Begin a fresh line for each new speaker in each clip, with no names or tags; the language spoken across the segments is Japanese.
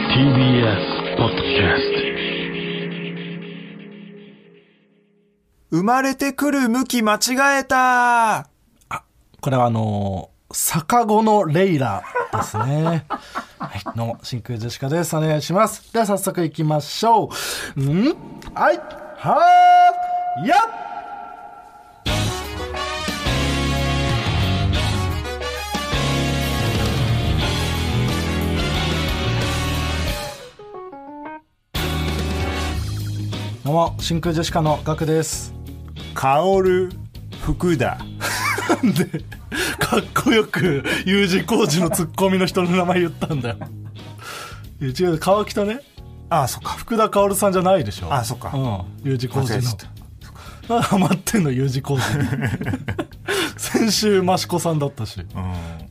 TBS ポッドキャス
生まれてくる向き間違えた
これはあのー、逆子のレイラですね。はい、どうも、真空ジェシカです。お願いします。では早速行きましょう。んはい、はー、やっどうも、真空ジェシカのガクです。
薫る福田
でかっこよく U 字工事のツッコミの人の名前言ったんだよいや違う川北ね
ああそっか
福田薫さんじゃないでしょ
あそっか
うん U 字工事
間違え
の
ちゃった
なんでハマってんの U 字工 事先週益子さんだったし、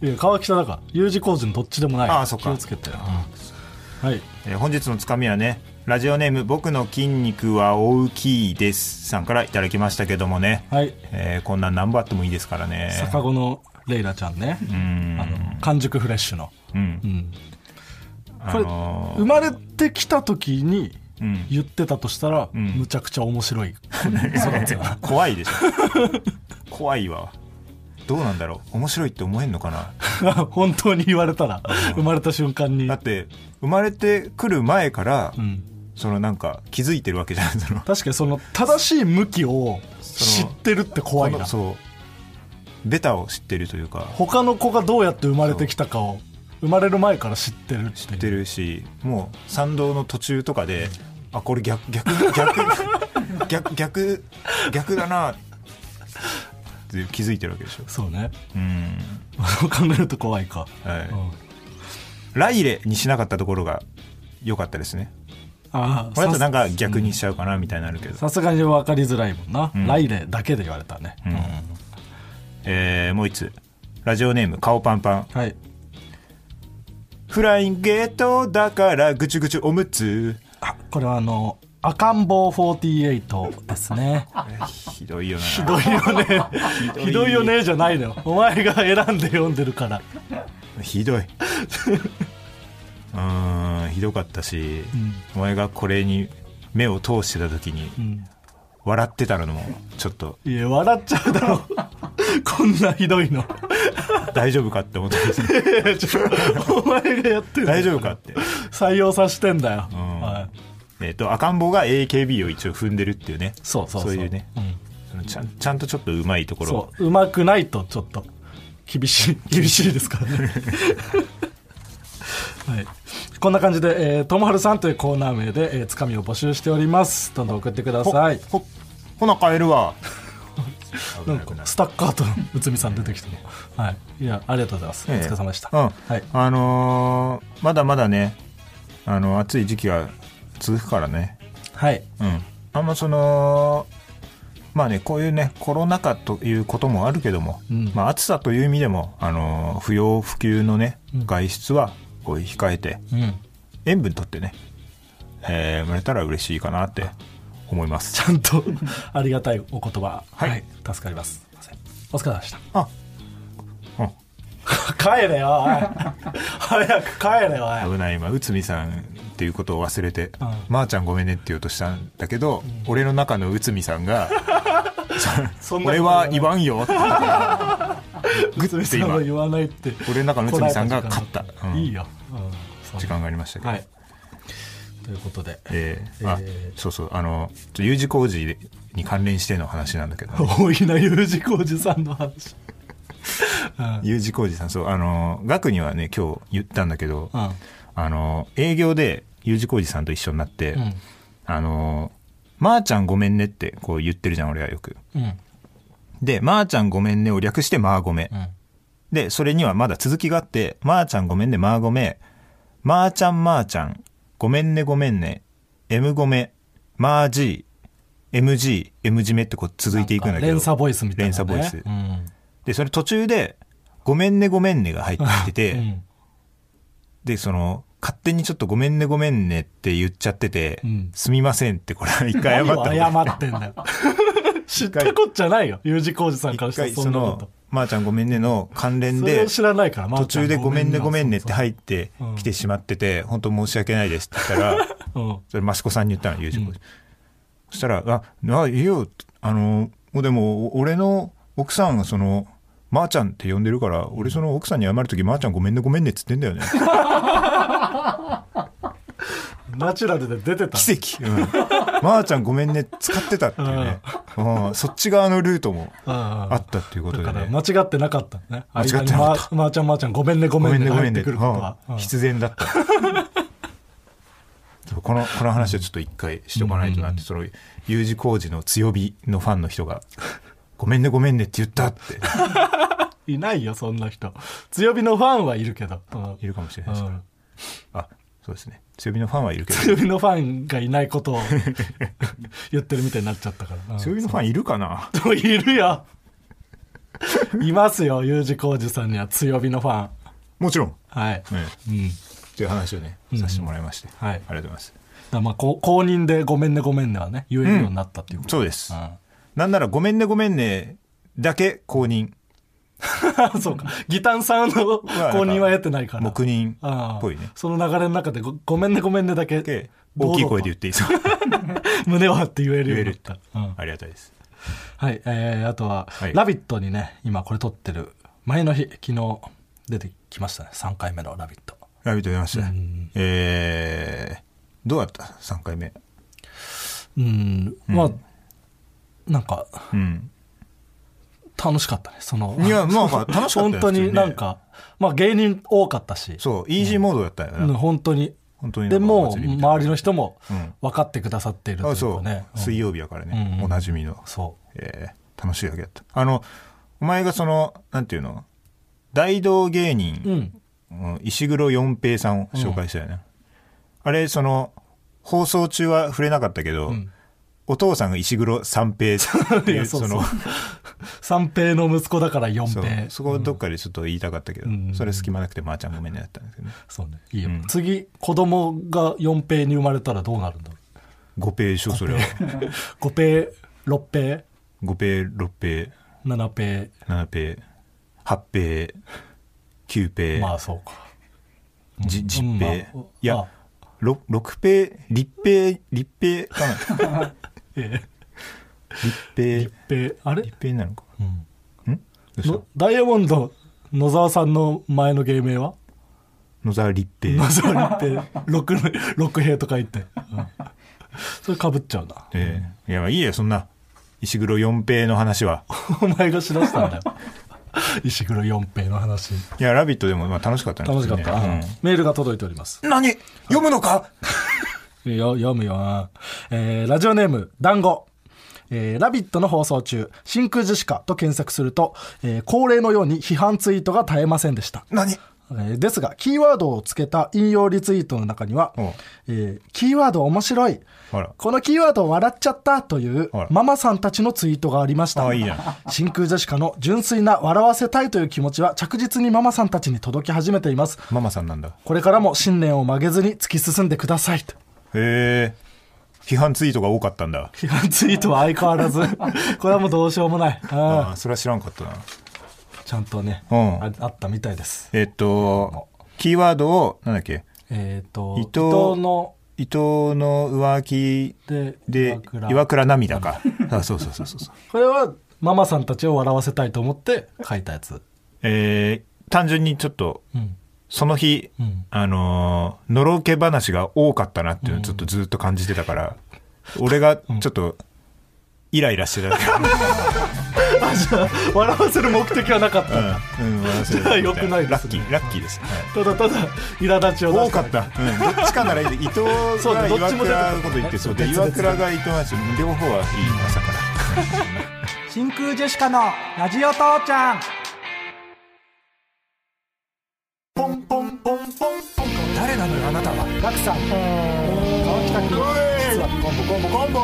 いや川北だから U 字工事のどっちでもない
あそっ
気
か
をつけて、うんはい
えー本日のつかみはねラジオネーム「僕の筋肉は大きいです」さんからいただきましたけどもね、
はい
えーこんなん何番あってもいいですからね
坂子のレイラちゃんねあの完熟フレッシュの
うん
これ、
の
生まれてきた時に
ん
言ってたとしたら、むちゃくちゃ面白い 子に育つよ
怖いでしょ怖いわどうなんだろう面白いって思えんのかな
本当に言われたら生まれた瞬間に
だって生まれてくる前から、
ん
そのなんか気づいてるわけじゃないその
確かにその正しい向きを知ってるって怖い
こ
な
のそうベタを知ってるというか
他の子がどうやって生まれてきたかを生まれる前から知ってるっていう
知ってるしもう参道の途中とかで、あこれ逆逆逆逆 逆逆だなって気づいてるわけでしょ
そうね
うん、
そう考えると怖いか
はい
うん
ライレにしなかったところが良かったですね
ああ
これだとなん
さ
か逆にしちゃうかなみたいになるけど、
さすがに分かりづらいもんな、ライレだけで言われたね、うん
えーもう一つラジオネーム顔パンパン
はい
フラインゲートだからぐちゅぐちゅおむつ
あこれはあの赤ん坊48です ね
ひどいよな
ひどいよね。ひどいよねじゃないのよ。お前が選んで読んでるから。
ひ どいうーんひどかったし、お前がこれに目を通してた時に、笑ってたのもちょっと
いや、笑っちゃうだろ。 こんなひどいの。
大丈夫かって思ったんです
いやちょお前がやってる。
大丈夫かって
採用させてんだよ。はい
えっ、と赤ん坊が AKB を一応踏んでるっていうね
そうそうそう
いうね、
うん
そのちゃんちゃんとちょっとうまいところ
そう、うまくないとちょっと、厳しい、 厳しいですからね。はい。こんな感じで、えー、ともはるさんというコーナー名で、えー、つかみを募集しております。どんどん送ってくだ
ほ
さい。
ほほな帰るわ
な
なんん
か
か
スタッカートの内海さん出てきても、はい、いやありがとうございます、お疲れ様でした、
うん
はい、
あのーまだまだねあの暑い時期が続くからね
はい、
うん、あんまそのまあねこういうねコロナ禍ということもあるけども、
ん
まあ、暑さという意味でも、あのー不要不急のね外出はこう控えて、
うん、
塩分とってね、えー、もらえたら嬉しいかなって思います
ちゃんと ありがたいお言葉
はい
助かりますすいませんお疲れ様でした
あうん
帰れよ おい早く帰れよおい
危ない今内海さんっていうことを忘れて「
ん
まー、ちゃんごめんね」って言おうとしたんだけど、俺の中の内海さんが「
そんなこと
俺は言わんよ」ってグッて
そんな
今
の言わないって
俺の中の内海さんが勝った
こらえ時間
うん
いいよ、うんそう
時間がありましたけど、
はいということで
えーあ
え
そうそうあのちょっと U 字工事に関連しての話なんだけど、 ね、
大井な U 字工事さんの話
U 字工事さんそうあの額にはね今日言ったんだけど、
うん
あの営業で U 字工事さんと一緒になって「
ん
あのまー、ちゃんごめんね」ってこう言ってるじゃん俺はよく
うん
で「まー、ちゃんごめんね」を略して「まーごめん」
ん
でそれにはまだ続きがあって「まー、ちゃんごめんねまーごめん」「まーちゃんまーちゃんごめんねごめんね」「M ごめん」「まーじー」「MG」「M じめ」ってこう続いていくんだけど
連鎖ボイスみたいな、
連
ね、
鎖ボイス
うん
で、それ途中で、ごめんねごめんねが入ってて、
うん
で、その、勝手にちょっとごめんねごめんねって言っちゃってて、
うん
すみませんってこれは一回謝
何
った
を
の。
謝ってんだよ知ったこっちゃないよ U 字工事さんから
一
したら
回
そ
そ
んなこと
の、まー、ちゃんごめんねの関連
それ
で
を、知らないから、まあ
途中でごめんねごめんねって
そう
入ってきてしまってて、本当申し訳ないですって言 ったら、
そううん
それ益子さんに言ったの友人、
うん
そしたら「ああいいよ」あのもうでもお俺の奥さんがその「まー、ちゃん」って呼んでるから俺その奥さんに謝る時「まー、ちゃんごめんねごめんね」っつってんだよね
ナチュラルで出てた。
奇跡、うん、まーちゃんごめんね使ってたっていうね、うん、そっち側のルートもあ
あ
ったっていうことで
だから
ね
間違ってなかったね。
間違ってなかった
間にままーちゃんまーちゃんごめんねご
ご
め
めん
んね
ねごめ
入
ん
っ
ね
てくることは。
う
うんん
必然だった そうこのこの話はちょっと一回しておかないとなって、その U 字工事の強火のファンの人が 「ごめんねごめんね」って言ったって
いないよそんな人。強火のファンはいるけど。うん
いるかもしれな
う
いですから、
ん
あそうですね強火のファンはいるけ ど
強火のファンがいないことを 言ってるみたいになっちゃったから。うん
強火のファンいるかな
そういるよ。いますよ U 字工事さんには強火のファン。
もちろん、
はい。
ね、
うん。
っていう話をね
うん
させてもらいまして、
はい
ありがとうございます
だからまあこう公認でごめんねごめんねはね言えるようになったっていうこと。
そうです、
うん
なんなら「ごめんねごめんね」だけ公認
あ そうか。ギタンさんの公
なんか
認は得てないから。
黙認
ああ
っぽいね
その流れの中でごごめんねごめんねだけ
で大きい声で言っていいですか
う胸を張って言えるようになった、うん
ありがたいです
はいえー、あとは、
はい
ラビット!」にね今これ撮ってる前の日昨日出てきましたね3回目の「ラビット!
ラビット出ましたね
うん
えーどうだった3回目」
うんまあなんか
うん
楽しかったねその
いやまあ まあ楽しかったよ
本当
普通
に
ね
なんか、まあ芸人多かったし
そうイージーモードだったよ
うん
な
本当に
本当にな
で
んかお
もう
祭りみたいな
周りの人も
うん
分かってくださっているとい
あ
う
そ
か
う、
ね、うん
水曜日やからね、
うん
おなじみの、
そ
えー楽しいだけだったあのお前がそのなんていうの大道芸
うう
人、
ん
うん石黒四平さんを紹介したよね、あれその放送中は触れなかったけど、
うん
お父さんが石黒三平って
い
いう
やそう
そ
そ
の
う三平の息子だから四
そう
平
そこどっかでちょっと言いたかったけど、
うん
それ隙間なくて「まー、ちゃんごめんね」だったんですけどね
そうね。いいよ。
うん
次、子供が4平に生まれたらどうなるんだろ
五平でしょそれは
う。5平、6平、
五平六平
7平。
七平八平九平、
まあそうか。
じ十
うんまあ
平、いや
あ
ろ六平立平立平かな
え
立平
え立平、あれ
立平なのか
うん
んどうした
のダイヤモンド、野沢さんの前の芸名は
野沢立平
野沢立平。六の、六平とか言って。うんそれかぶっちゃうな。
ええいやまあいいやそんな石黒四平の話は
お前が知らせたんだよ。 石黒四平の話。
いや「ラビット!」でもまあ楽しかったね
楽しかった。
うん
メールが届いております。
何読むのか
いいよ読むよ、えーラジオネーム団子えーラビット!」の放送中「真空ジェシカ」と検索すると、えー恒例のように批判ツイートが絶えませんでした、
何
えーですがキーワードをつけた引用リツイートの中には
おう
「えーキーワード面白い」
あら
このキーワードを笑っちゃったという
あら
ママさんたちのツイートがありました
あいいじゃん
真空ジェシカの純粋な笑わせたいという気持ちは着実にママさんたちに届き始めています
ママさんなんだ
これからも信念を曲げずに突き進んでくださいと
へえ批判ツイートが多かったんだ
批判ツイートは相変わらず これはもうどうしようもない、うん
ああそれは知らんかったな
ちゃんとね、
うん
ああったみたいです
えっとキーワードをなんだっけ
えっ、と
伊
伊
藤
藤の
伊藤の浮気
で
で岩倉涙かあそうそうそうそうそう
これはママさんたちを笑わせたいと思って書いたやつ
えー単純にちょっと
うん
その日、
うん
あのーのろけ話が多かったなっていうのをちょっとずっと感じてたから、俺がちょっとイライラしてたから、
あじゃあ笑わせる目的はなか った、
うん、うん、忘れて
じゃあ良くないで
ラッ
すね
キーラッキーです、はい
ただただ苛立ちを出
多
した
かった、うん、どっちかならいい伊藤
そう
が
ねどっ
岩
ちも出てた
倉のこと言ってそうで
別
岩
々
倉が伊藤なんですよ両方はいい朝から
真空ジェシカのラジオ父ちゃん誰なのよあなたはガクさん川北君実はコンボコンボコンボ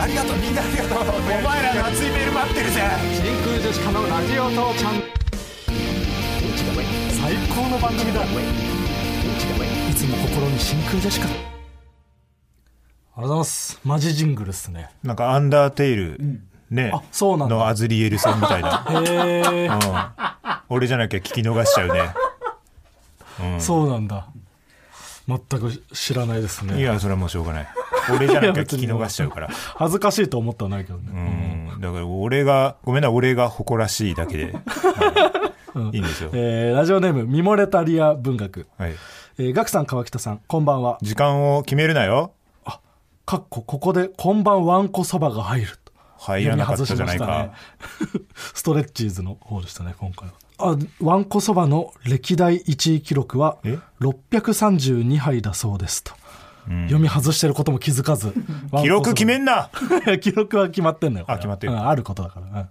ありがとうみんなありがとうお前らの熱いメール待ってるぜ真空ジェシカのラジオ父ちゃん最高の番組だいつも心に真空ジェシカありがとうございますマジジングルっすね
なんか「アンダーテイル」ね
あそうなんだ
のアズリエルさんみたいな、
へえ
うん、俺じゃなきゃ聞き逃しちゃうね
そうなんだ全く知らないですね
いやそれはもうしょうがない俺じゃなきゃ聞き逃しちゃうから
恥ずかしいと思ったはないけど
う
ね、
んだから俺がごめんな俺が誇らしいだけで、はいいいんですよ、
えーラジオネームミモレタリア文学、
はい、
えーガクさん川北さんこんばんは
時間を決めるなよ
かっこここでこんばんわんこそばが入ると
入らなかったじゃない
読み
か
外しましたね ストレッチーズの方でしたね今回はあわんこそばの歴代1位記録は
え
632杯だそうですと、読み外してることも気づかず
記録決め
ん
んな
記録は決まってんのよこれは
あ決まってる
うんあることだから、うん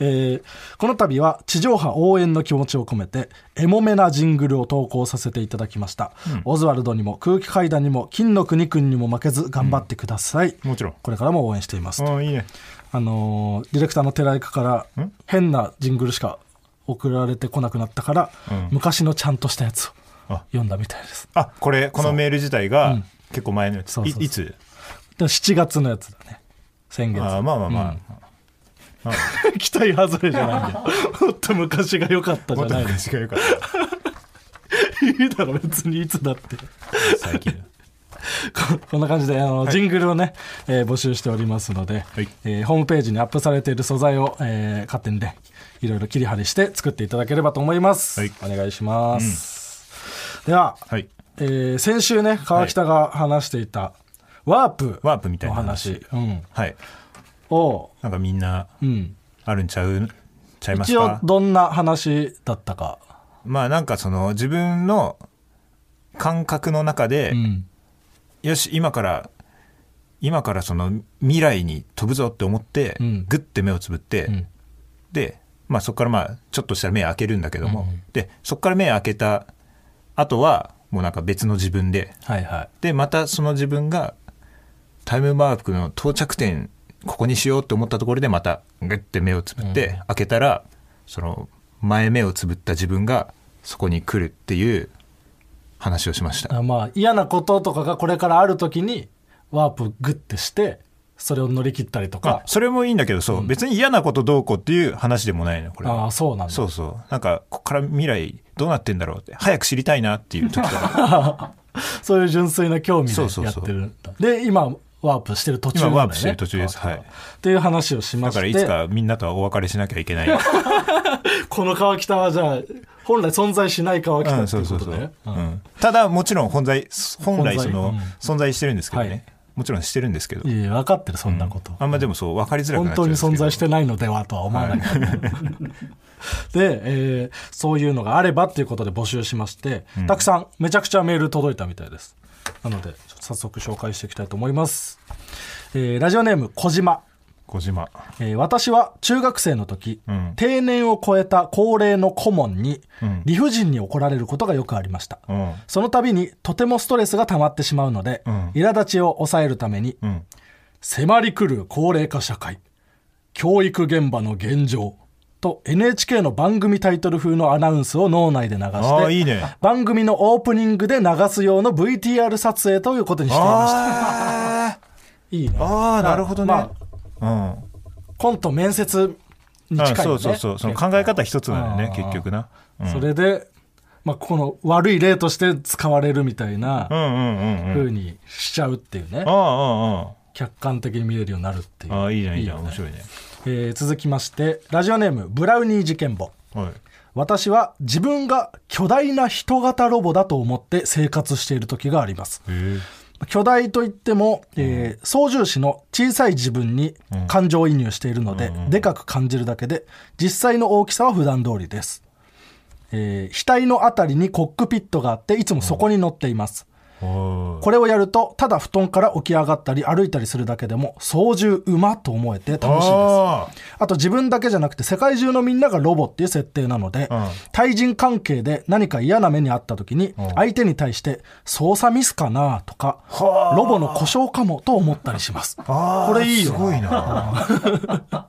えーこの度は地上波応援の気持ちを込めてエモめなジングルを投稿させていただきました、オズワルドにも空気階段にも金の国くんにも負けず頑張ってください、
もちろん
これからも応援していますと、
うんいいね
あのーディレクターの寺井君から変なジングルしか送られてこなくなったから、
ん
昔のちゃんとしたやつを
あ
読んだみたいです
あこれこのメール自体が結構前のやつ、
そうそうそう
いいつ
でも7月のやつだね先月
あーまあまあまあ、
期待外れじゃないんだよ もっと昔が良かったじ
も
ゃ
っと
ないの
昔が良かった
いいだろ別にいつだって
最近
こ こんな感じであの、ジングルをね、えー募集しておりますので、
い
えーホームページにアップされている素材を、えー勝手にねいろいろ切り貼りして作っていただければと思います、
はい
お願いします、では、
はい
えー先週ね川北が話していた、ワープ
ワープみたい
の
な話
話、うん、
はい
を、
なんかみんな
うん、
あるんちゃうちゃいます
一応
か
どんな話だったか、
まあなんかその自分の感覚の中で、
うん、
よし今から今からその未来に飛ぶぞって思って、
うん
グッて目をつぶって、
うん
で、まあ、そこからまあちょっとしたら目開けるんだけども、でそこから目開けたあとはもうなんか別の自分で
はいはい
でまたその自分がタイムワープの到着点ここにしようって思ったところでまたグッて目をつぶって、開けたらその前目をつぶった自分がそこに来るっていう話をしました。
あまあ嫌なこととかがこれからある時にワープグッてしてそれを乗り切ったりと
あ
か
それもいいんだけどそう、別に嫌なことどうこうっていう話でもないのこれは
ああそうなんだ
そうそうなんかここから未来どうなってんだろうって早く知りたいなっていう時と か
そういう純粋な興味で
そうそう
やっ
そう
てるんだで今ワープしてる途中なん
今
だ
ワ
よね
ープしてる途中ですはい
っていう話をしま
だ
して
からいつかみんなとはお別れしなきゃいけ ない
この川北はじゃあ本来存在しない川
う
北
ん
って
そ
いうう
そ
こ
うそ
と
う、
ね
う
うん
ん、ただもちろん本在本来その
本
存在してるんですけどね、
はい
もちろんしてるんですけど、
いや分かってるそんなこと、
あんまでもそう分かりづらくな
本
っちゃ
当
うん
に
ですけど
存在してないのではとは思わないからね、 で、えーそういうのがあればということで募集しまして、たくさんめちゃくちゃメール届いたみたいですなのでちょっと早速紹介していきたいと思います、えーラジオネーム小島
小島
えー私は中学生の時、
ん
定年を超えた高齢の顧問に
ん
理不尽に怒られることがよくありました、
うん
その度にとてもストレスが溜まってしまうので、
ん
苛立ちを抑えるために、
うん
迫り来る高齢化社会教育現場の現状と NHK の番組タイトル風のアナウンスを脳内で流し
あ
て
ーいいね
番組のオープニングで流す用の VTR 撮影ということにしていました
あー
いいね
あーなるほどね、う
ま
ん
あコント面接に近い、ね、
うん、そうそうそうその考え方一つなんだよね結局な、うん、
それで、まあ、この悪い例として使われるみたいな
うんうんうんうん
風にしちゃうっていうね、
ああ
客観的に見れるようになるっていう。
ああああいいじゃんいいじゃん
よね
面白いね
えー続きまして、ラジオネーム、ブラウニー事件簿。
はい
私は自分が巨大な人型ロボだと思って生活している時があります。
へ
巨大といっても、えー操縦士の小さい自分に感情移入しているので、でかく感じるだけで実際の大きさは普段通りです、えー額のあたりにコックピットがあっていつもそこに乗っています、
えおー
これをやるとただ布団から起き上がったり歩いたりするだけでも操縦馬と思えて楽しいです
あ
あと自分だけじゃなくて世界中のみんながロボっていう設定なので、
うん
対人関係で何か嫌な目にあった時に相手に対して操作ミスかなとか、
はあ
ロボの故障かもと思ったりします
ーあー
これいいよな
すごいな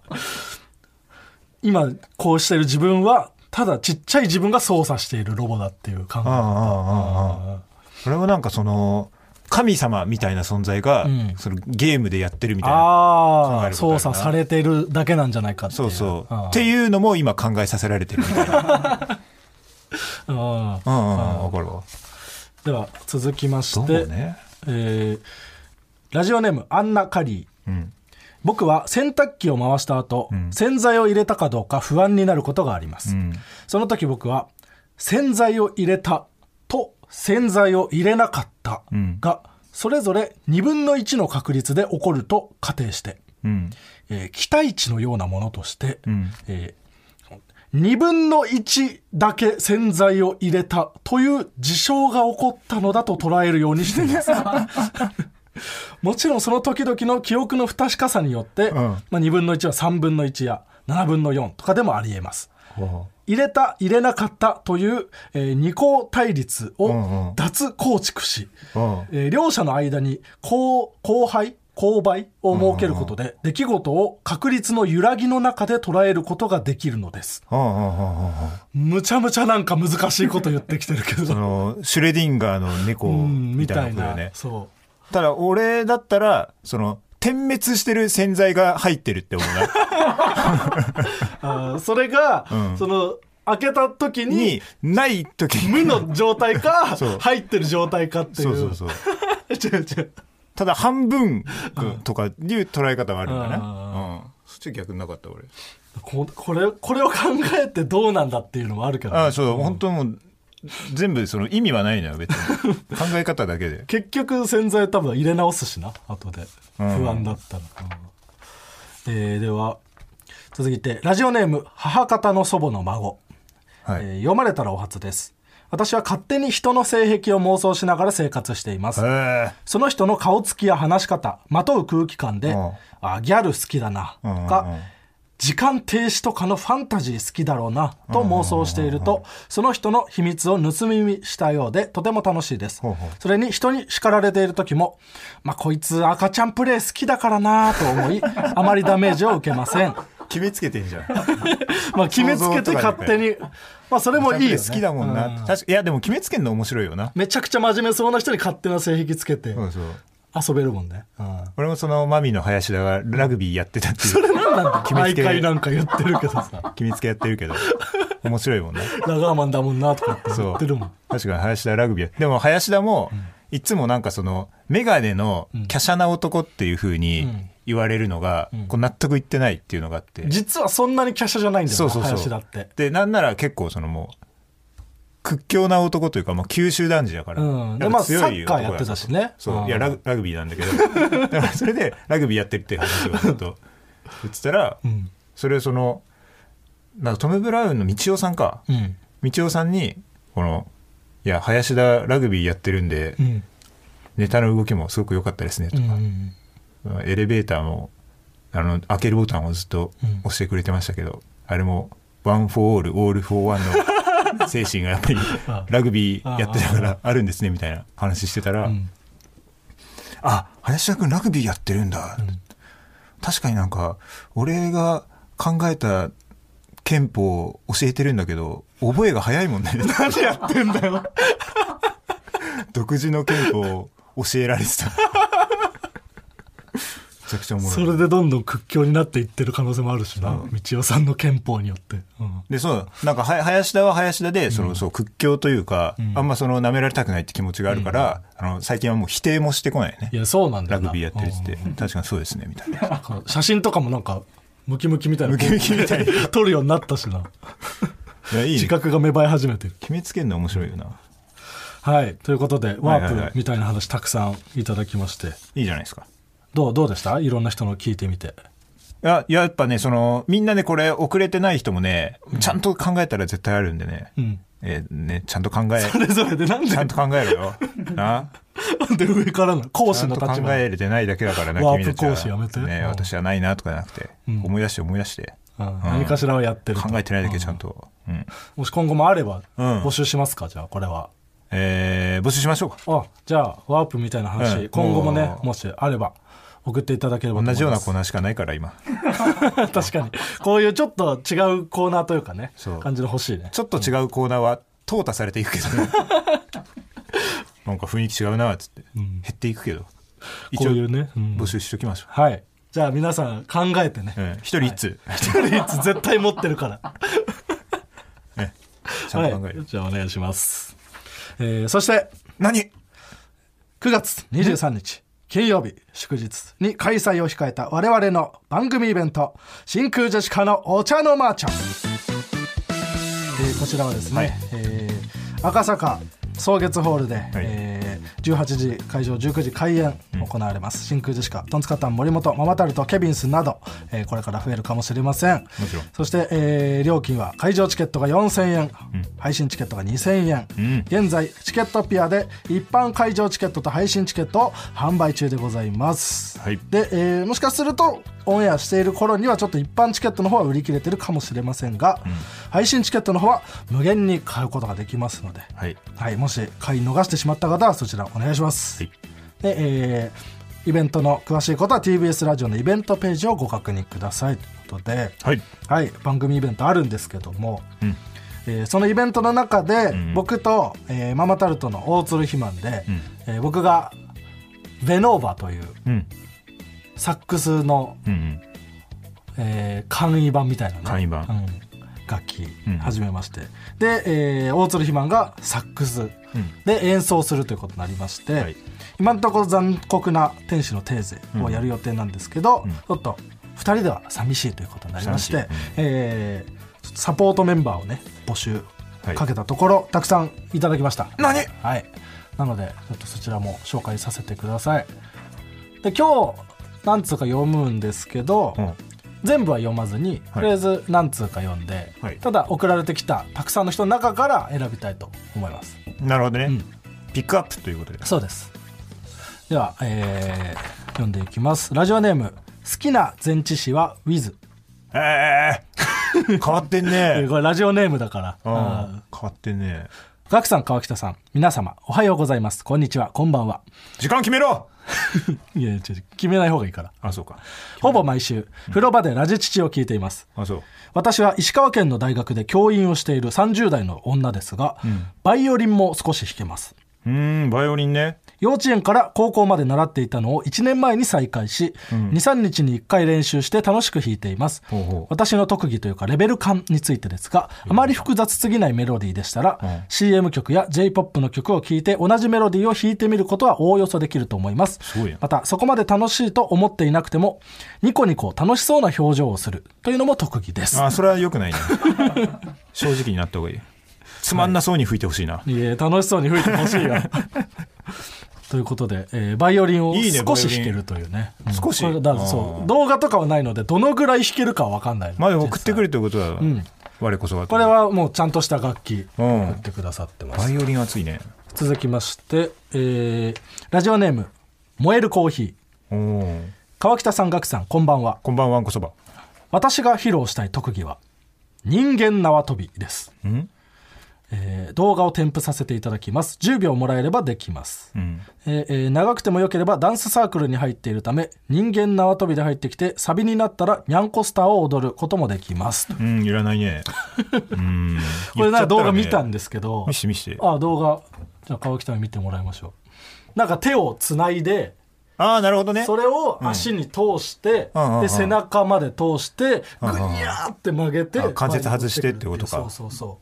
今こうしてる自分はただちっちゃい自分が操作しているロボだっていう感
あああ
覚
あああああこれはなんかその神様みたいな存在が、
うん
そのゲームでやってるみたいな考
あ
え
あ
ることある
操
な
作されてるだけなんじゃないかってい
そうそう、
ん
っていうのも今考えさせられてるみ たいな
うんう
う
ん
んうんうん分かるわ
では続きまし
ど
て、
うね
えーラジオネームアンナ・カリー
うん
僕は洗濯機を回した後、
ん
洗剤を入れたかどうか不安になることがありま
う
す、
ん
その時僕は洗剤を入れたと洗剤を入れなかった
うん
が、それぞれ2分の1の確率で起こると仮定して、
うん
えー期待値のようなものとして、
うん
え2分の1だけ洗剤を入れたという事象が起こったのだと捉えるようにしています もちろんその時々の記憶の不確かさによって、
ん
まあ、2分の1は3分の1や7分の4とかでもありえます
ほ
入れた入れなかったという、えー二項対立
うんう
を
ん
脱構築し、
ううん
えー両者の間に後後輩勾配を設けることで出来事を確率の揺らぎの中で捉えることができるのです
うんうんうんうんうん
むちゃむちゃなんか難しいこと言ってきてるけ
そ
ど
のシュレディンガーの猫
うん
み
み
た
た
いなこ
い
と
な、
よね、
そ
ただ俺だったらその点滅してる洗剤が入ってるって思うな
うあーそれが、
うん
その開けた時に
にない時
無の状態か
そう
入ってる状態かっていう
そうそうそう
違う違う
ただ半分とかいう捉え方もあるんだね
うんうん
うんそっち逆になかった俺
ここれこれを考えてどうなんだっていうのもあるけどね、
ああそう、本当もう全部その意味はないのよ別 に考え方だけで
結局洗剤多分入れ直すしな後で不
ん
安だったら、うんえーでは続いてラジオネーム母方の祖母の孫、
はい、
えー読まれたらお初です私は勝手に人の性癖を妄想しながら生活しています
へえ
その人の顔つきや話し方まとう空気感で、
うん
あギャル好きだなとか、
うんうんうん
時間停止とかのファンタジー好きだろうなと妄想していると、その人の秘密を盗み見したようでとても楽しいです
ほうほう
それに人に叱られている時もまあこいつ赤ちゃんプレイ好きだからなと思い あまりダメージを受けません
決めつけてんじゃん
まあ決めつけて勝手にまあそれもいいよ、ね、
好きだもんな、
う
確かいやでも決めつけんの面白いよな、
めちゃくちゃ真面目そうな人に勝手な性癖つけて
そうそう
遊べるもんね、うん
俺もそのマミの林田がラグビーやってたって
そ
いう
れ何なんだ
決め
毎
つけ
回なんか言ってるけど さ
決めつけやってるけど面白いもんな
ラガーマンだもんなとかって
そ
言
う
ってるもん
確かに林田ラグビーやでも林田も、いつもなんかその眼鏡の華奢な男っていうふうに言われるのが、こう納得いってないっていうのがあって、
実はそんなに華奢じゃないんだよ
そう
な
そうそう
林だって
でなんなら結構そのもう屈強な男というか、まあ、九州男児だから、
うんで
やっぱ強い
まあサッカー
男だ
やってたしね
そう
うん
いやラグラグビーなんだけど だからそれでラグビーやってるっていう話をずっと 言ってたら、
ん
それをそのなんかトム・ブラウンの道夫さんか、
うん
道夫さんにこの「いや林田ラグビーやってるんで、
うん
ネタの動きもすごく良かったですね」と
う
か、
ん
エレベーターもあの開けるボタンをずっと押してくれてましたけど、あれもワン・フォー・オールオール・フォー・ワン の精神がやっぱりラグビーやってたからあるんですねみたいな話してたら「
ん
あ林田君ラグビーやってるんだ」確かになんか俺が考えた憲法を教えてるんだけど覚えが早い もんね
何やってんだよ
独自の憲法を教えられてためちゃくちゃおもろい
それでどんどん屈強になっていってる可能性もあるしな道夫さんの憲法によってうん
でそうなんかは林田は林田でその、そう屈強というか、あんまその舐められたくないって気持ちがあるから、あの最近はもう否定もしてこないよね
いやそうなんだ
ラ
よな
グビーやってるって言って確かにそうですねみたいな
うんなんか写真とかもなんかムキムキみたいな
ムキムキみたい
撮るようになったしない
やいい
自
ね
覚が芽生え始めてる
決めつけるの面白いよな
はいということでワ
はいはいは
ー
い
プみたいな話たくさんいただきまして
いいじゃないですか
どうどうでしたいろんな人の聞いてみて
いややっぱねそのみんなねこれ遅れてない人もねちゃんと考えたら絶対あるんでね,、
うん
えーねちゃんと考え
それぞれでなんで
ちゃんと考えろ よな
なんで上からなの講
ち
師
ゃん
の
と
立
考
場
えれてないだけだからな
ワープ
君たちは
講師やめて
ね
うん
私はないなとかじゃなくて、
ん
思い出して思い出して
うん何かしらをやってると
考えてないだけちゃんと、うん
もし今後もあれば
うん
募集しますか、じゃあこれは
えー、募集しましょうか
あじゃあワープみたいな話、
うん
今後もね
もう
もしあれば送っていただければと思
同
い
じよう
ま
な
す
コーナーしかないから今
確かにこういうちょっと違うコーナーというかね
そう
感じの欲しいね
ちょっと違うコーナーは淘汰されていくけどねなんか雰囲気違うなっつって、
ん
減っていくけど
こういうね、うん
募集しときましょう
はいじゃあ皆さん考えてね
うん一、人一通、
一人一つ絶対持ってるから
ねちゃんと考える、
はい、じゃあお願いします、えーそして
何
9月23日金曜日祝日に開催を控えた我々の番組イベント真空ジェシカのお茶のマーちゃん、えーこちらはですね、
はい
えー赤坂草月ホールで、えー18時会場19時開演行われます、真空ジェシカトンツカタン森本ママタルトケビンスなど、えーこれから増えるかもしれません
もちろん
そして、えー料金は会場チケットが4000円、配信チケットが2000円、
ん
現在チケットピアで一般会場チケットと配信チケットを販売中でございます、
はい
で、えーもしかするとオンエアしている頃にはちょっと一般チケットの方は売り切れてるかもしれませんが、配信チケットの方は無限に買うことができますので、
はい
はい、もし買い逃してしまった方はそちらお願いします、
はい
で、えーイベントの詳しいことは TBS ラジオのイベントページをご確認くださいということで、
はい
はい、番組イベントあるんですけども、
うん
えーそのイベントの中で、僕と、えーママタルトの大鶴ひまんで、
ん
えー僕がベノーバという
うん
サックスの、
うんうん
えー簡易版みたいなね
簡易版
うん楽器
うん
始めまして、で、えー大鶴ひまんがサックス
うん
で演奏するということになりまして、
はい
今のところ残酷な天使のテーゼをやる予定なんですけど、
うん
ちょっと2人では寂しいということになりまして、
寂しいうん
えーちょっとサポートメンバーをね募集
はい
かけたところ、たくさんいただきました
何
はいなのでちょっとそちらも紹介させてくださいで今日何通か読むんですけど、
うん
全部は読まずに、
い
とりあえず何通か読んで、
はい
ただ送られてきたたくさんの人の中から選びたいと思います
なるほどね、
うん
ピックアップということで
そうです。では、えー読んでいきます。ラジオネーム、好きな前置詞は Wiz。
えー、変わってん
え
ね
ーこれラジオネームだから。
うん変
うん
わってんね
ガクさん、川北さん、皆様、おはようございます。こんにちは、こんばんは。
時間決めろ
いやいや、ちょちょ決めない方がいいから。
あそうか
ほぼ毎週、風呂場でラジチチを聞いています。
あそう
私は石川県の大学で教員をしている30代の女ですが、バイオリンも少し弾けます。
うーんバイオリンね
幼稚園から高校まで習っていたのを1年前に再開し、23日に1回練習して楽しく弾いています
ほうほう
私の特技というかレベル感についてですがあまり複雑すぎないメロディーでしたら、CM 曲や j p o p の曲を聴いて同じメロディーを弾いてみることはおおよそできると思います
すごいな
またそこまで楽しいと思っていなくてもニコニコ楽しそうな表情をするというのも特技です
あそれは良くないね 正直になった方がいいつまんなそうに吹いてほしいな、
いえ楽しそうに吹いてほし いよということで、えーバイオリンを
いいね
少し
バイオリ
弾
ン
けるというね
少し
これだから
あ
そ
ー
う動画とかはないのでどのぐらい弾けるかは分かんない
まあでも送ってくるということは、
ん
我こそは
これはもうちゃんとした楽器
う
送
ん
ってくださってます、
バイオリン熱いね
続きまして、えーラジオネーム「燃えるコーヒー
おー」
川北さん岳さんこんばんは
こんばんはわんこそば
私が披露したい特技は人間縄跳びです、
ん
えー動画を添付させていただきます10秒もらえればできます、
うん
えーえー長くても良ければダンスサークルに入っているため人間縄跳びで入ってきてサビになったらニャンコスターを踊ることもできます、
うんいらないねうん
これなんか動画見たん
で
ですけど、
見して見して
あ動画じゃあ川北に見てもらいましょうなんか手をつないで
ああなるほどね
それを足に通して、
うんうんうんう
で
ん
背中まで通してぐ
んうん
にゃーって曲げて
あ関節外してってことか
そうそうそ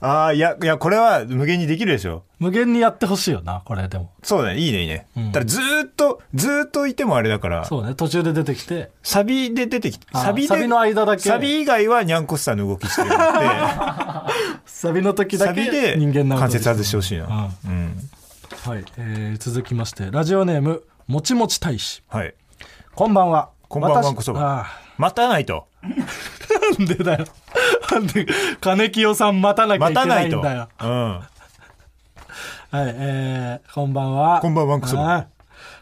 ああいやいやこれは無限にできるでしょ
う無限にやってほしいよなこれでも
そうだねいいねいいね、
ん
ただずーっとずーっといてもあれだから
そうね途中で出てきて
サビで出てきて
あー
サビで
サビの間だけ
サビ以外はニャンコスターの動きしてるので
サビの時だ
サビ
け
で
人間な
関節外してほしいな
う
うん
はい、えー続きましてラジオネームもちもち大使
はい
こんばんは
こんばんは
私
わんこそば
あ
待たないと
ーなんでだよなんで金清さん待たなきゃい
待
け
た
な
ないい
ん
と。
だよ
うん。
はい、えー、こんばんは。
こんばんはクソ
あー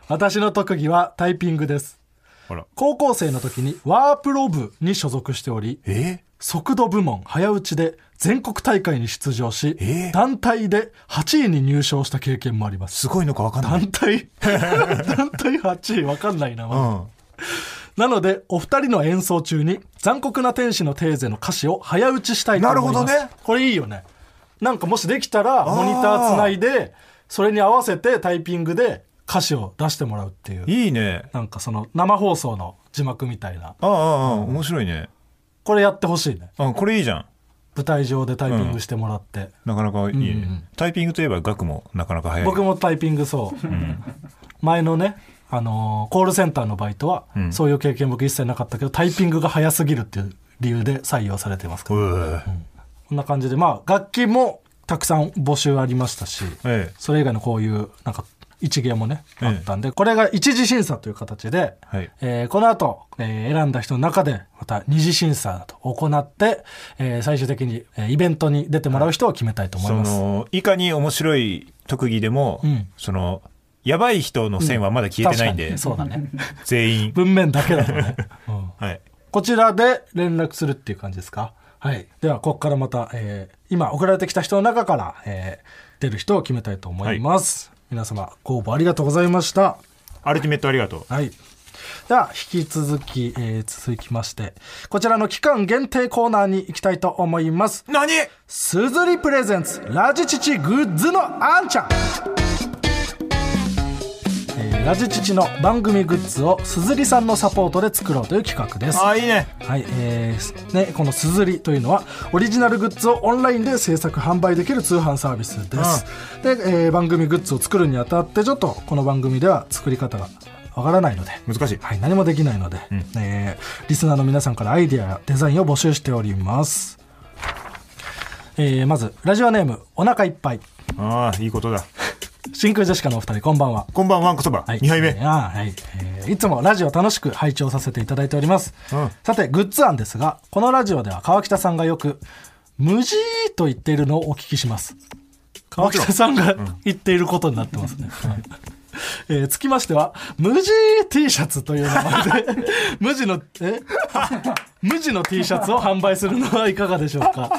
私の特技はタイピングです。
ほら。
高校生の時にワープロ部に所属しており、
え
速度部門早打ちで全国大会に出場し、
えー
団体で8位に入賞した経験もあります。
すごいのかわかんない。
団体 団体8位わかんないな、
う
ま
ん。
ずなので、お二人の演奏中に、残酷な天使のテーゼの歌詞を早打ちしたいと
な
思
る
いま
ほ
す。
どね。
これいいよね。なんかもしできたら、モニターつないで、それに合わせてタイピングで歌詞を出してもらうっていう。
いいね。
なんかその生放送の字幕みたいな。
ああ、ああ、面白いね。
これやってほしいね。
あこれいいじゃん。
舞台上でタイピングしてもらって。
なかなかいいね。
うんうん
タイピングといえば額もなかなか早い。
僕もタイピングそう。前のね、あのーコールセンターのバイトは、
ん
そういう経験僕一切なかったけど、タイピングが早すぎるっていう理由で採用されてますから。
うー
こんな感じで、まあ、楽器もたくさん募集ありましたし、
ええ
それ以外のこういう、なんか、一芸もね、
ええ
あったんで、これが一次審査という形で、
はい
えーこの後、えー選んだ人の中で、また二次審査を行って、えー最終的に、えーイベントに出てもらう人を決めたいと思い
そ
ます。
の、いかに面白い特技でも、
うん
その、やばい人の線はまだ消えてないんで、
確かにそうだ ね。
全員。
文面だけだ とね。うん
はい。
こちらで連絡するっていう感じですか。はい。では、ここからまた、えー今送られてきた人の中から、えー出る人を決めたいと思います。皆様、ご応募ありがとうございました。
アルティメットありがとう。
はい。では、引き続き、えー続きまして、こちらの期間限定コーナーに行きたいと思います。
何
すずりプレゼンツラジチチグッズのあんちゃん、えーラジチチの番組グッズをすずりさんのサポートで作ろうという企画です
ああ、いいね。
はい、えーすね、このすずりというのはオリジナルグッズをオンラインで制作販売できる通販サービスです、で、えー番組グッズを作るにあたってちょっとこの番組では作り方がわからないので
難しい。
はい、何もできないので、えーリスナーの皆さんからアイデアやデザインを募集しております、えーまずラジオネームお腹いっぱい
ああ、いいことだ。
真空ジェシカのお二人こんばんは
こんばんは、わんこそば。
はい、
2杯目。
えーあーはいえーいつもラジオ楽しく拝聴させていただいております、
うん
さてグッズ案ですがこのラジオでは川北さんがよく「無事」と言っているのをお聞きします川北さんが言っていることになってますね、はいえーつきましては、無地 T シャツという名前で、 無地の、え 無地の T シャツを販売するのはいかがでしょうか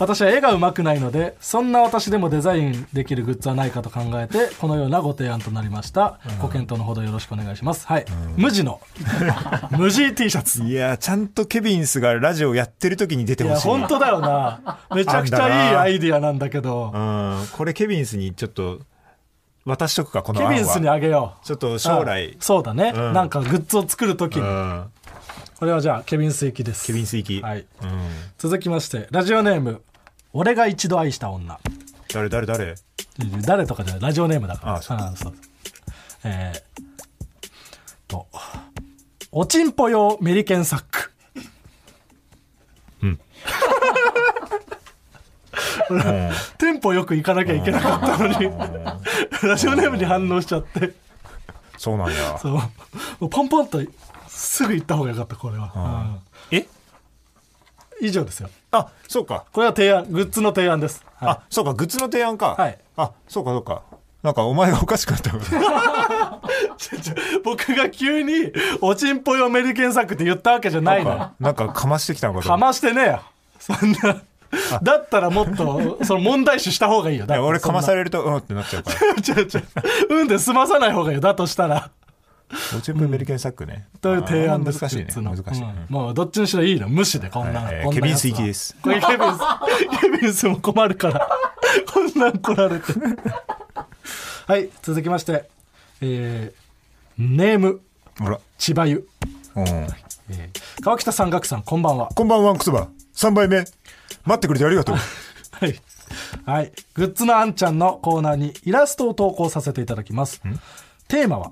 私は絵が上手くないのでそんな私でもデザインできるグッズはないかと考えてこのようなご提案となりました、ご検討のほどよろしくお願いしますはい、無 地の無地 T シャツ
いやーちゃんとケビンスがラジオやってる時に出て
い
ほ
や
しい。
本当だよなめちゃくちゃいいアイディアなんだけど
うん、これケビンスにちょっと渡しとくか、この
ケ
案は。
ビンスにあげよう
ちょっと将来
あそうだね、
うん
なんかグッズを作る時
う
に
ん、
これはじゃあケビンス行きです
ケビンス行き。
はい
うん、
続きましてラジオネーム「俺が一度愛した女
誰誰誰」
誰とかじゃないラジオネームだから
あそう
うんそうえー、と「おちんぽ用メリケンサック」
うん
テンポよく行かなきゃいけなかったのにラジオネームに反応しちゃって
そうなんだ。
そうもうポンポンとすぐ行った方がよかったこれは、
え
うん以上ですよ
あ、そうか。
これは提案グッズの提案です、はい
あ、そうか、グッズの提案か。
はい
あ、そうか、そうか。なんか、お前がおかしくなったこと。
僕が急に「おちんぽ用メリケンサック」って言ったわけじゃないのよ
なんか、かましてきたのかと
か
思っ
ましてねえよそんなだったらもっとその問題視した方がいいよ
た。
だ
いや俺、かまさ
れ
れると、うんってなっちゃうから。
違う違ううんで済まさない方がいいよだとした ら
おちんぷんメリケンサックね。
という提案
あ
で
ー
す
難しいね。
グッズの
難しい。
う
うんん
もうどっちにしろいいの無視でこんな,、
はいえー
こん
ケ
なやつは
ビンス行きです
こ れケビンスケビンスも困るからこんなん来られて はい続きましてえー、ネーム
ほら。
千葉ゆ、
うん。
えー川北さん岳さんこんばんは
こんばんは、クソバ。3杯目。待ってくれてありがとう。
はい。はい。グッズのあんちゃんのコーナーにイラストを投稿させていただきます。テーマは、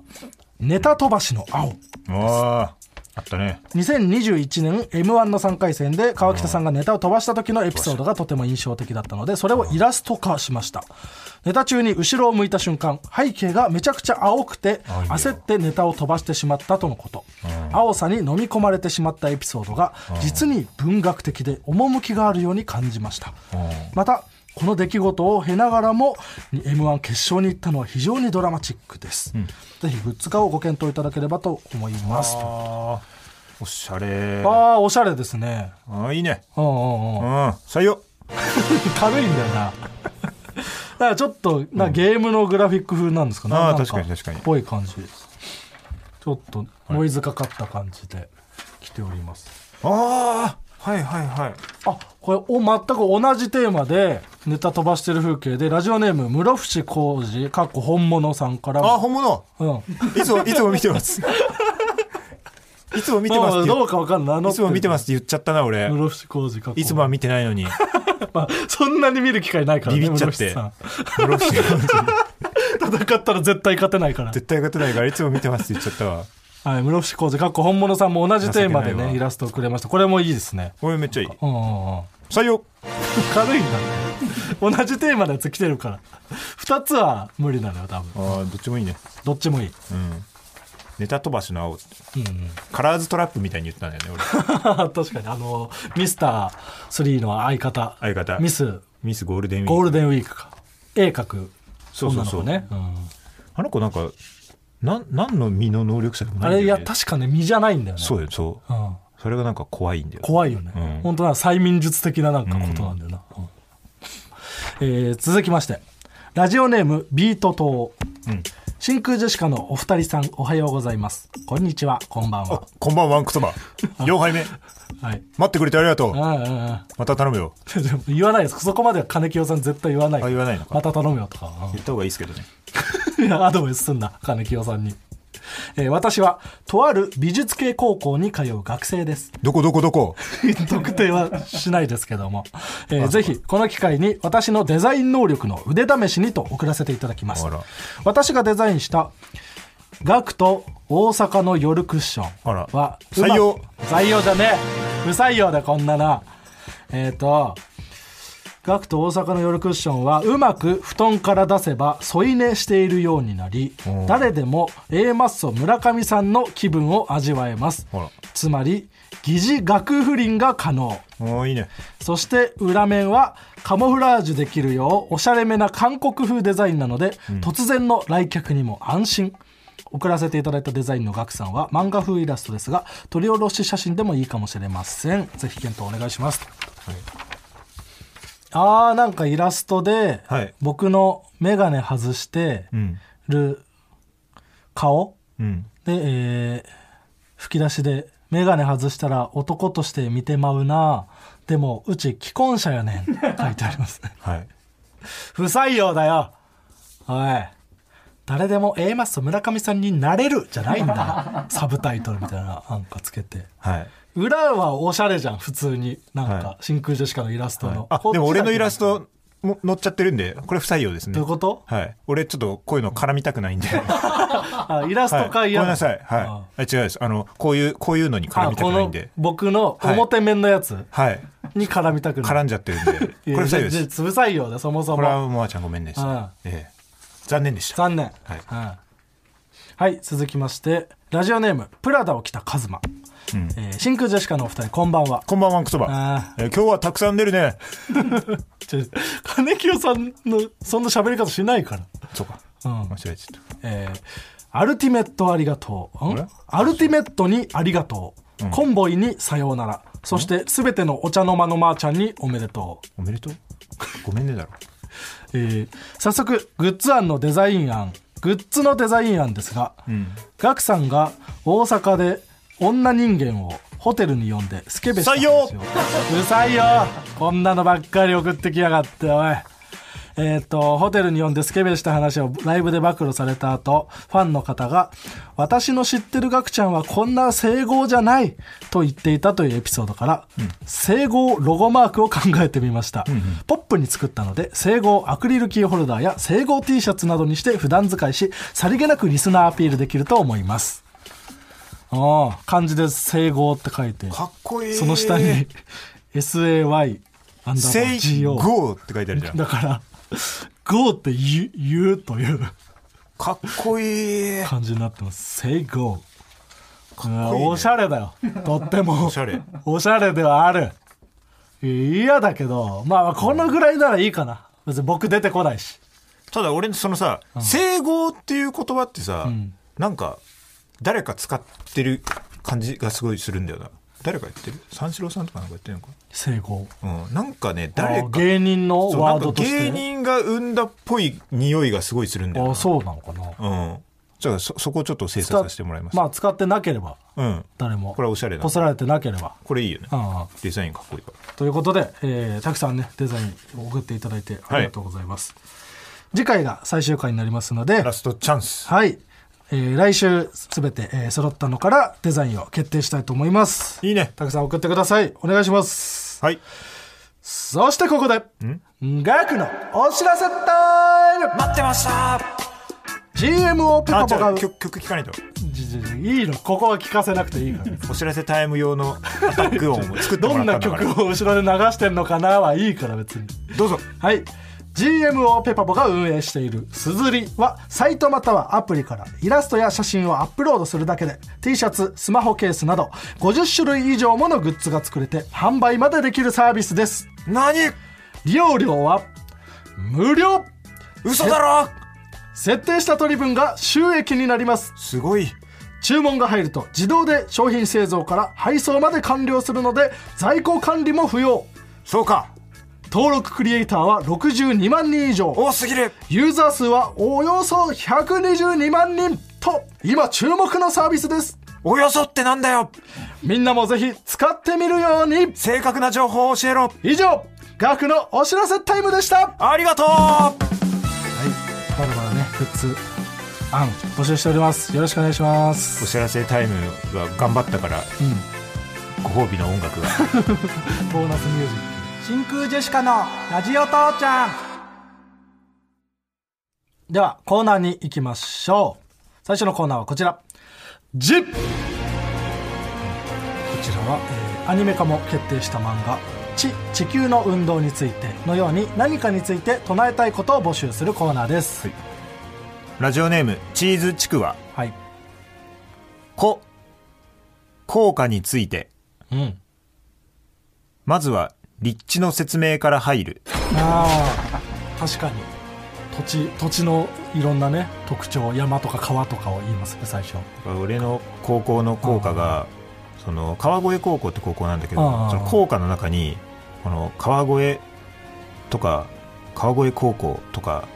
ネタ飛ばしの青。
ああ、あったね。
2021年 M1 の3回戦で川北さんがネタを飛ばした時のエピソードがとても印象的だったので、それをイラスト化しました。ネタ中に後ろを向いた瞬間、背景がめちゃくちゃ青くて、
あいいよ
焦ってネタを飛ばしてしまったとのこと。青さに飲み込まれてしまったエピソードが、実に文学的で趣があるように感じました。また、この出来事を経ながらも M1 決勝に行ったのは非常にドラマチックです。ぜひグッズ化をご検討いただければと思います。
ああ、おしゃれ。あ
ああ、おしゃれですね。
あ、いいね。
うんうん
う、
うんん。
採用。
軽いんだよ な。だからちょっとな、ゲームのグラフィック風なんですかね。
あー
なん
確かに確かに
ぽい感じです。ちょっとノイズかかった感じで来ております。
ああ、はいはいはい。
あ、これお全く同じテーマでネタ飛ばしてる風景でラジオネーム室伏広治かっこ本物さんから
あ、本物
うん
いつも、いつも見て ます。いつも見てます
ま
っ
あ
て
ど
言
うかわかんないあ
う。
の
いつも見てますって言っちゃったな、俺。
室伏広治かっこ
いつもは見てないのに。
まあそんなに見る機会ないからね
ビビっちゃって
室伏さ
室伏広治
ん戦ったら絶対勝てないから
絶対勝てないから、いつも見てますって言っちゃったわ。
はい、室伏広治かっこ本物さんも同じテーマで
情けないわ
ねイラストをくれましたこれもいいですね
これめっちゃいい。
うんうん うん
採用
軽いんだ同じテーマのやつ来てるから2つは無理なのよ多分
ああ、どっちもいいね。
どっちもいい、
うん。ネタ飛ばしの青。
うんうん、
カラーズトラップみたいに言ってたんだよね、
確かにあのミスター3の相方
俺。相方。
ミ。ス
ミスゴールデンウィ
ゴー
ーク。
ルデンウィークか絵描く
そう
女
そうそ
の子
う。
ねうん
あの子なんか、なん、何の身の能力者でもない
あ
んだ
れい
よ
や
ね
確かね身じゃないんだよね
そうだよ、そうう。
ん、
それがなんか怖いんだよ。
怖いよね、
うん
本当な催眠術的ななんかことなんだよな、うんえー続きましてラジオネームビート島
うん。
真空ジェシカのお二人さんおはようございますこんにちはこんばん
あ
は、
こんばんは、ワンクソバ。4杯目。
はい
待ってくれてありがとう。
ああああ
また頼むよ。
でも 言わないですそこまでは金清さん絶対言わない
あ、言わないのか
ま。た頼むよとか、 うん
言った方がいいですけどね。
いやアドバイスすんな金清さんに、えー私はとある美術系高校に通う学生です
どこどこどこ
特定はしないですけども、えーぜひこの機会に私のデザイン能力の腕試しにと送らせていただきます
あら
私がデザインしたガクと大阪の夜クッショ
あ
ン
ら
は
採用
うまく採用じゃねえ不採用だこんななえっ、とガクと大阪の夜クッションはうまく布団から出せば添い寝しているようになり
おう
誰でも A マッソ村上さんの気分を味わえます
あら
つまり疑似学不倫が可能
もういいね。
そして裏面はカモフラージュできるようおしゃれめな韓国風デザインなので、突然の来客にも安心送らせていただいたデザインのガクさんは漫画風イラストですが撮り下ろし写真でもいいかもしれませんぜひ検討お願いします、あーなんかイラストで、
はい
僕の眼鏡外して
うん。
る顔、
うん。
で、えー吹き出しで「眼鏡外したら男として見てまうなでもうち既婚者やねん」書いてあり ますね
はい。
不採用だよおい誰でも A マスと村上さんになれるじゃないんだサブタイトルみたいななんかつけて
はい。
裏はおしゃれじゃん普通になん
は
か真空ジェシカのイラストの、
あ、でも俺のイラストも載っちゃってるんで、これ不採用ですね。
どういうこと
はい。俺ちょっとこういうの絡みたくないんで。
あイラス
はい
ト
ご
か
めん
嫌
なさい。
あ
はい。あ違うです。あの、こういう、こういうのに絡
あ
みた
こ
くない
の
んで。
僕の表面のやつ
はい。
に絡みたくない、
絡んじゃってるんで。こ
い
れ
や
不採用で
じ
す。
ゃじゃ不採用だそもそも
これはもあちゃんごめんねでし
うん
た。ええ。残念でした。
残念
はい
うんはい続きましてラジオネームプラダを着たカズマ、
うん
えー真空ジェシカのお二人こんばんは
こんばんは、クソ
あ
バ。えー今日はたくさん出るね。
ちょ金清さんのそんな喋り方しないから
そうか。
うん
間違えちゃった。
えーアルティメットありがとう。
あ
ん
れ
アルティメットにありがとう。コンボイにさようなら。そしてすべてのお茶の間のまーちゃんにおめでとう。
おめでとうごめんねだろ。
えー早速グッズ案のデザイン案グッズのデザイン案ですが、ガクさんが大阪で女人間をホテルに呼んでスケベした話を
採用
うさいよこんなのばっかり送ってきやがっておいえーっとホテルに呼んでスケベした話をライブで暴露された後ファンの方が「私の知ってるガクちゃんはこんな整合じゃない」と言っていたというエピソードから、整合ロゴマークを考えてみました、ポップに作ったので整合アクリルキーホルダーや整合 T シャツなどにして普段使いしさりげなくリスナーアピールできると思いますああ漢字で整合って書いて
かっこいい。
その下に SAY アンダ
セイ
GO
ゴーって書いてあるじゃん。
だから「GO」って言う言うという
かっこいい。
感じになってます「say go」
こいいね
おしゃれ だよとっても
おしゃれ
おしゃれではある嫌だけどまあまあこのぐらいならいいかな別に僕出てこないした
だ俺そのさ、整合っていう言葉ってさ、なんか誰か使ってる感じがすごいするんだよな。誰か言ってる三四郎さんとかなんか言ってるのか
「say go
な。うん。なんかね、」誰
あ
か。
芸人の
そうな
ワ
ん
ー
か
ドとして
芸人が生んだっぽい匂いがすごいするんだよ
あそうなのかな
な。うん。ちょっとそそこをちょっと精査させてもらいます、
まあ使ってなければ
うん
誰も
これはおしゃれだ
こすられてなければ
これいいよね
うん
デザインかっこいいから
ということで、えーたくさんねデザインを送っていただいてありがとうございます、次回が最終回になりますので
ラストチャンス
はい、えー来週すべて、えー揃ったのからデザインを決定したいと思います
いいね
たくさん送ってくださいお願いします
はい
そしてここで額のお知らせタイム
待ってました
GM をペ
あ
コ
じ
ペ
ゃあ
コ
曲曲聞かないと
じじじいいのここは聞かせなくてい いから
お知らせタイム用のアタック音を作って
ど
も
ん
ら
な
ったんだ
曲
から
を後ろで流してんのかなはいいから別に
どうぞ
はい GM をペパボが運営しているすずりはサイトまたはアプリからイラストや写真をアップロードするだけで T シャツスマホケースなど50種類以上ものグッズが作れて販売までできるサービスです
何
利用料は無料
嘘だろ
設定した取り分が収益になります
すごい
注文が入ると自動で商品製造から配送まで完了するので在庫管理も不要
そうか
登録クリエイターは62万人以上
多すぎる
ユーザー数はおよそ122万人と今注目のサービスです
およそってなんだよ
みんなもぜひ使ってみるように
正確な情報を教えろ
以上ガクのお知らせタイムでしたはい
ありがとう
まだまだねグッズ案募集しておりますよろしくお願いしま
お
す
知らせタイムが頑張ったから、ご褒美の音楽が
ボーナスミュージック
真空ジェシカのラジオ父ちゃん
ではコーナーに行きましょう最初のコーナーはこちら「ジップこちらは、えーアニメ化も決定した漫画「地地球の運動について」のように何かについて唱えたいことを募集するコーナーですはい、
ラジオネームチーズちくわこ効果について
うん
まずは立地の説明から入る
あー確かに土地土地のいろんなね特徴山とか川とかを言いますね最初
俺の高校の校歌がその川越高校って高校なんだけど
ああ
その校歌の中にこの川越とか川越高校とか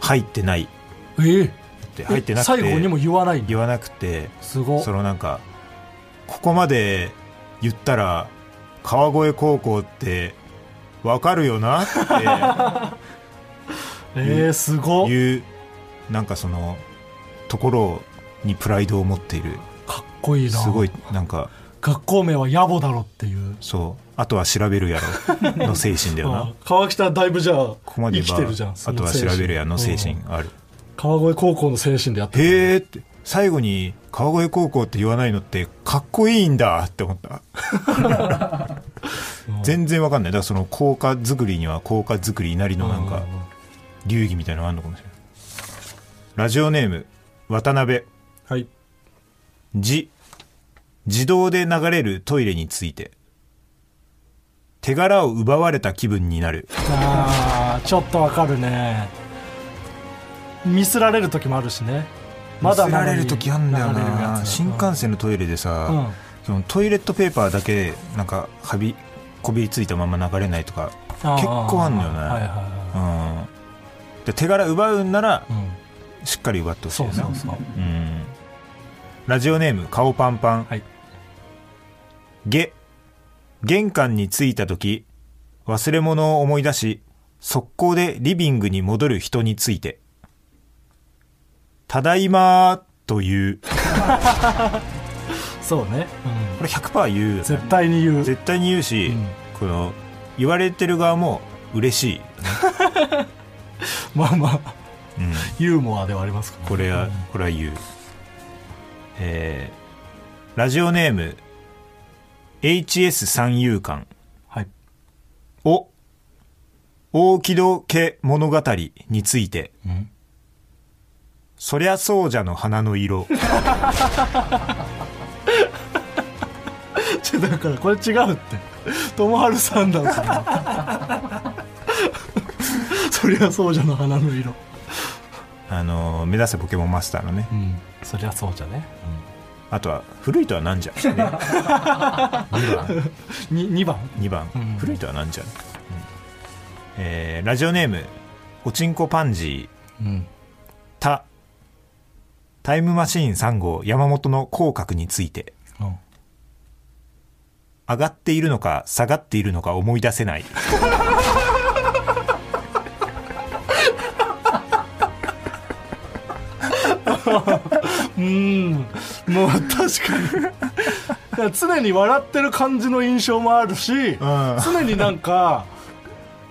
入ってないっ
ええ
て入ってなく
最
て
後にも言わないんだ
言わなくて
すご
そのなんかここまで言ったら川越高校ってわかるよなっ
ええすご
ていうなんかそのところにプライドを持っている
かっこいいな
すごいなんか
学校名は野暮だろっていう
そうあとは調べるやろの精神だ よな
あ川北はだいぶじゃあ
ここまで
生きて
言え
るじゃ
ば
ん
あとは調べるやの精神
うん
ある
川越高校の精神でやってる
へえって最後に川越高校って言わないのってかっこいいんだって思 った
うん
全然わかんないだからその効果作りには効果作りなりのなんか流儀みたいなのがあるのかもしれないラジオネーム渡辺
はい
じ自動で流れるトイレについて手柄を奪われた気分になる
あーちょっとわかるねミスられる時もあるしねまだ
見せられる時あんだよ
流れるやつ
な
だ
新幹線のトイレでさ、
うん
そのトイレットペーパーだけなんかはびこびりついたまま流れないとか結構あんのよね
はいはいは
うんで手柄奪うんなら
い、うん、
しっかり奪ってほしい
そ
よ
う
ね
そうそう
うんラジオネーム顔パンパン、
はい
げ玄関に着いた時忘れ物を思い出し速攻でリビングに戻る人について「ただいま」という
そうね、
これ100%言うよ
うん、
ね
絶対に言う
絶対に言うし、
うん
この言われてる側も嬉しい、
まあまあ
うん、
ユーモアではありますからね
これはこれは言うえーラジオネーム HS 三遊間
はい
お大木戸家物語について、
ん
そりゃそうじゃの花の 色
ちょだからこれ違うって友春さんだろ それそりゃそうじゃの花の色
あのー目指せポケモンマスターのね
うんそりゃそうじゃね
あとは古いとはなん じゃ、ね、2番
に2番
二番、
うん
古いとはなんじゃ、うんえーラジオネームおちんこパンジー
うん
たタイムマシーン3号山本の口角について
うん
上がっているのか下がっているのか思い出せない
うんもう確かにだ から常に笑ってる感じの印象もあるし、常になんか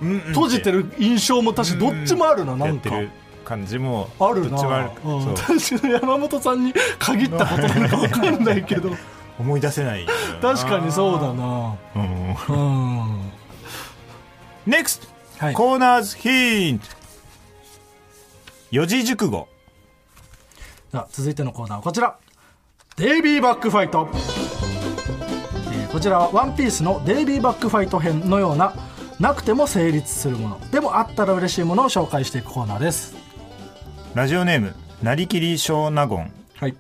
閉じてる印象も確かどっちもあるなな
や
ん
って
か
る感じも
あ
ど
るな
っちもある
うん
そう
確かに山本さんに限ったことなのか分かんないけど
思い出せないんだよな
確かにそうだな
うん
うん
NEXT、
はい
コーナーズヒント四字熟語
さあ続いてのコーナーはこちらデイビーバックファイト、えーこちらは「ワンピースのデイビーバックファイト編のようななくても成立するものでもあったら嬉しいものを紹介していくコーナーです
ラジオネームなりきり小納言
はい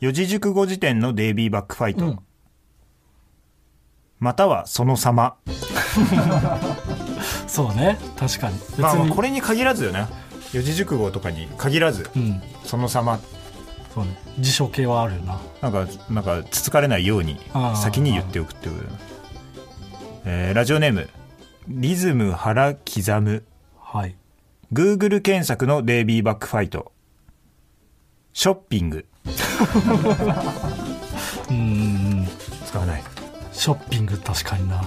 四字熟語辞典のデイビーバックファイト、
うん
またはその様
そうね確かに別に、
まあまあこれに限らずよね四字熟語とかに限らず、
うん
その様
そうね辞書系はあるよな
なんかなんかつつかれないように
あー
先に言っておくってことだなえーラジオネームリズム腹刻む
はい
Google 検索のデイビーバックファイトショッピング
うーん
使わない、
ショッピング確かにな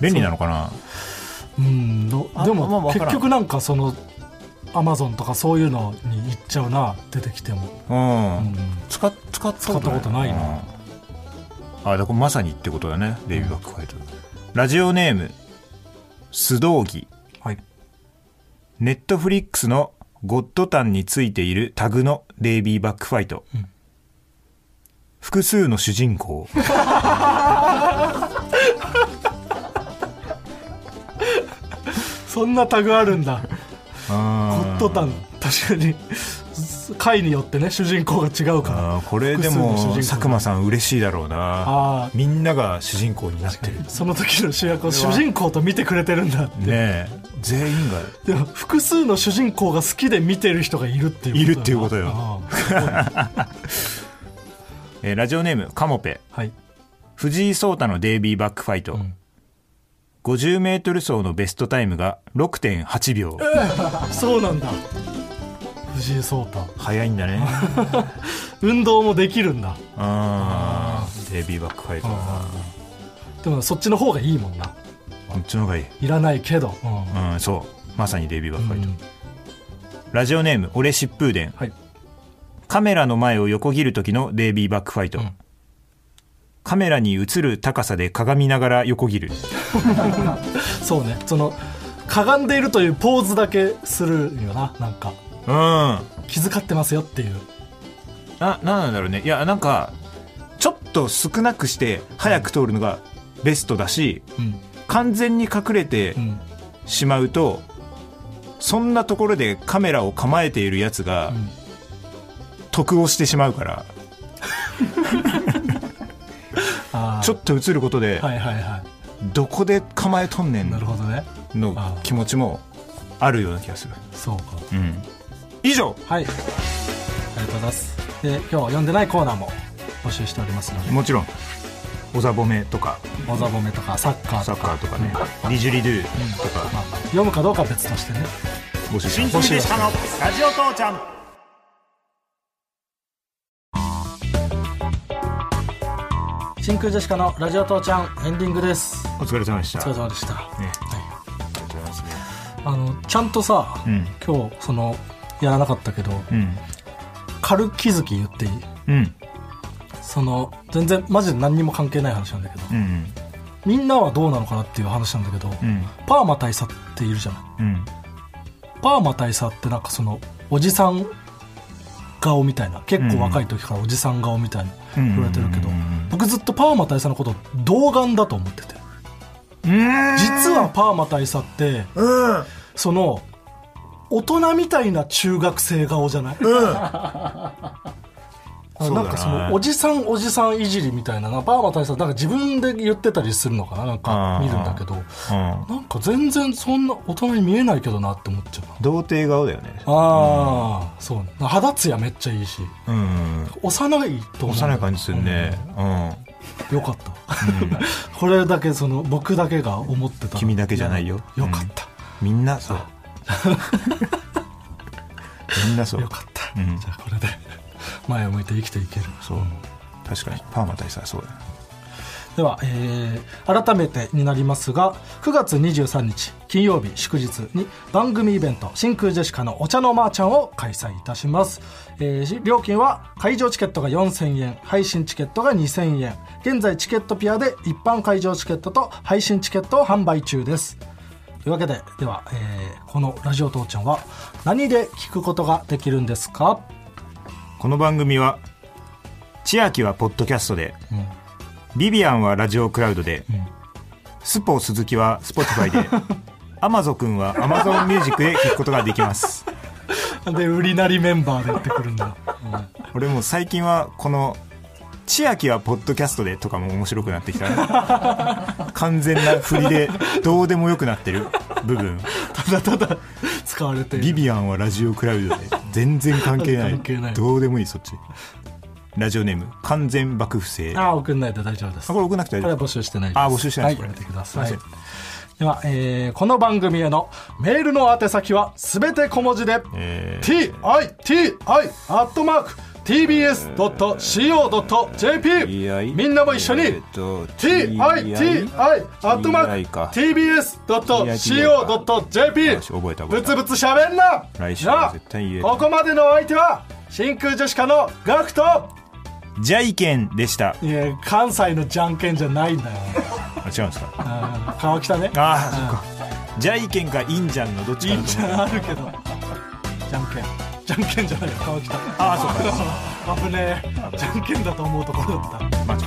便利なのかな
うんど
あ
で
まあ
も
わからん
結局なんかそのアマゾンとかそういうのに行っちゃうな出てきても、
うん、
うん、
使っ使った
使ったことないな
うんあだからまさにってことだねデイビーバックファイト、ラジオネーム須道義
はい
ネットフリックスのゴッドタンについているタグのデイビーバックファイト、複数の主人 公
そんなタグあるんだゴッドタ
ン
ン確かに回によってね主人公が違うから
これでも
複数の主人公
佐久間さん嬉しいだろう
あ
な
ー
みんなが主人公になってる
その時の主役を主人公と見てくれてるんだって、
ねえ全員が
でも複数の主人公が好きで見てる人がいるっていうこと
いるっていうことよ
ああ
えーラジオネームカモペ
はい
藤井聡太のデイビーバックファイト、
ん
50m 走のベストタイムが6.8秒
そうなんだ藤井聡太
早いん だね
運動もできるんだ
あーデイビーバックファイトだな
でもそっちの方がいいもんな
こっちの方がいい
いらないけど、うん
うんそうまさにデイビーバックファイト、
うん
ラジオネーム俺疾風伝、
はい
カメラの前を横切る時のデイビーバックファイト、
ん
カメラに映る高さで鏡見ながら横切る
そうねそのかがんでいるというポーズだけするよななんか
うんあ
気遣ってますよっていう
なんなんだろうねいやなんかちょっと少なくして早く通るのがベストだし、
うん
完全に隠れて
うん
しまうと、そんなところでカメラを構えているやつが、
ん
得をしてしまうから
あー
ちょっと映ることで、
はいはいは
どこで構えとんね
い
ん
なるほどね
の気持ちもあるような気がする、
そうか
うん、以上
はいありがとうございますで今日は読んでないコーナーも募集しておりますので
もちろんおざぼめとか
おざぼめとかサッカー
サ
と
ッカ
か
ーとかねリジュリドゥと
ま
か
あ読むかどうかは別としてね
募集します
募集はしてます
ラジオ父ちゃん
真空ジェシカのラジオ父ちゃんエンディングです
お疲れ様でした
お疲れ様でした、は
ね
い、
ありがとうございますね
あのちゃんとさ、
うん
今日そのやらなかったけど軽気づき言っていい
うんうん
その全然マジで何にも関係ない話なんだけど
うん
みんなはどうなのかなっていう話なんだけど、
うん
パーマ大佐っているじゃない
うん
パーマ大佐ってなんかそのおじさん顔みたいな結構若い時からおじさん顔みたいな
うん
言われてるけど僕ずっとパーマ大佐のこと童顔だと思ってて実はパーマ大佐ってその大人みたいな中学生顔じゃない
そうだ
な
なん
かそのおじさんおじさんいじりみたいなのがバーバ大佐なんか自分で言ってたりするのかななんか
うん
見るんだけど
うん
なんか全然そんな大人に見えないけどなって思っちゃうな
童貞顔だよね
ああそうね肌ツヤめっちゃいいし
うん
幼いと思う
幼い感じするねうん
よかった、これだけその僕だけが思ってた
君だけじゃないよ
よかった、
みんなそうみんなそう
よかった、
うん
じゃあこれで前を向いて生きていける
そう確かにパーマ大佐はそうだよ
では、えー改めてになりますが9月23日金曜日祝日に番組イベント「真空ジェシカのお茶のまーちゃん」を開催いたします、えーし料金は会場チケットが4000円配信チケットが2000円現在チケットピアで一般会場チケットと配信チケットを販売中ですというわけででは、えーこの「ラジオ父ちゃん」は何で聞くことができるんですか
この番組は千秋はポッドキャストで、ビビアンはラジオクラウドで、スポ鈴木はスポティファイでアマゾくんはアマゾンミュージックで聞くことができます
で売りなりメンバーでやってくるんだ、うん
俺もう最近はこの「千秋はポッドキャストで」とかも面白くなってきた ね完全な振りでどうでもよくなってる部 分
ただただ使われている
ビビアンはラジオクラウドで全然関係ない
関係ない
どうでもいいそっちラジオネーム完全爆不正あ
ああ、送んないと大丈夫です。
これ送らなくて大丈
これ
夫
は募集してないです。
あ募集してないです
はい、
こ
や
れ
めてください
すいま。
では、えーこの番組へのメールの宛先はすべて小文字で、
え
titi.tbs.co.jp みんなも一緒に、
よし覚
titi.tbs.co.jp
えた覚
ぶ
え
つ
た
ぶつしゃべんな
来週
じゃあ
は絶対言える
ここまでのお相手は真空ジェシカのガクト
じゃいけんでした
いや関西のじゃんけんじゃないんだよ
あ違うんですか
あー川北ね
あーそっかじゃいけんかインジャンのどっちかだと思った
じゃああるけどじゃんけんじゃんけんじゃないよ川北
ああそうか
危ねえじゃんけんだと思うところだった
まあ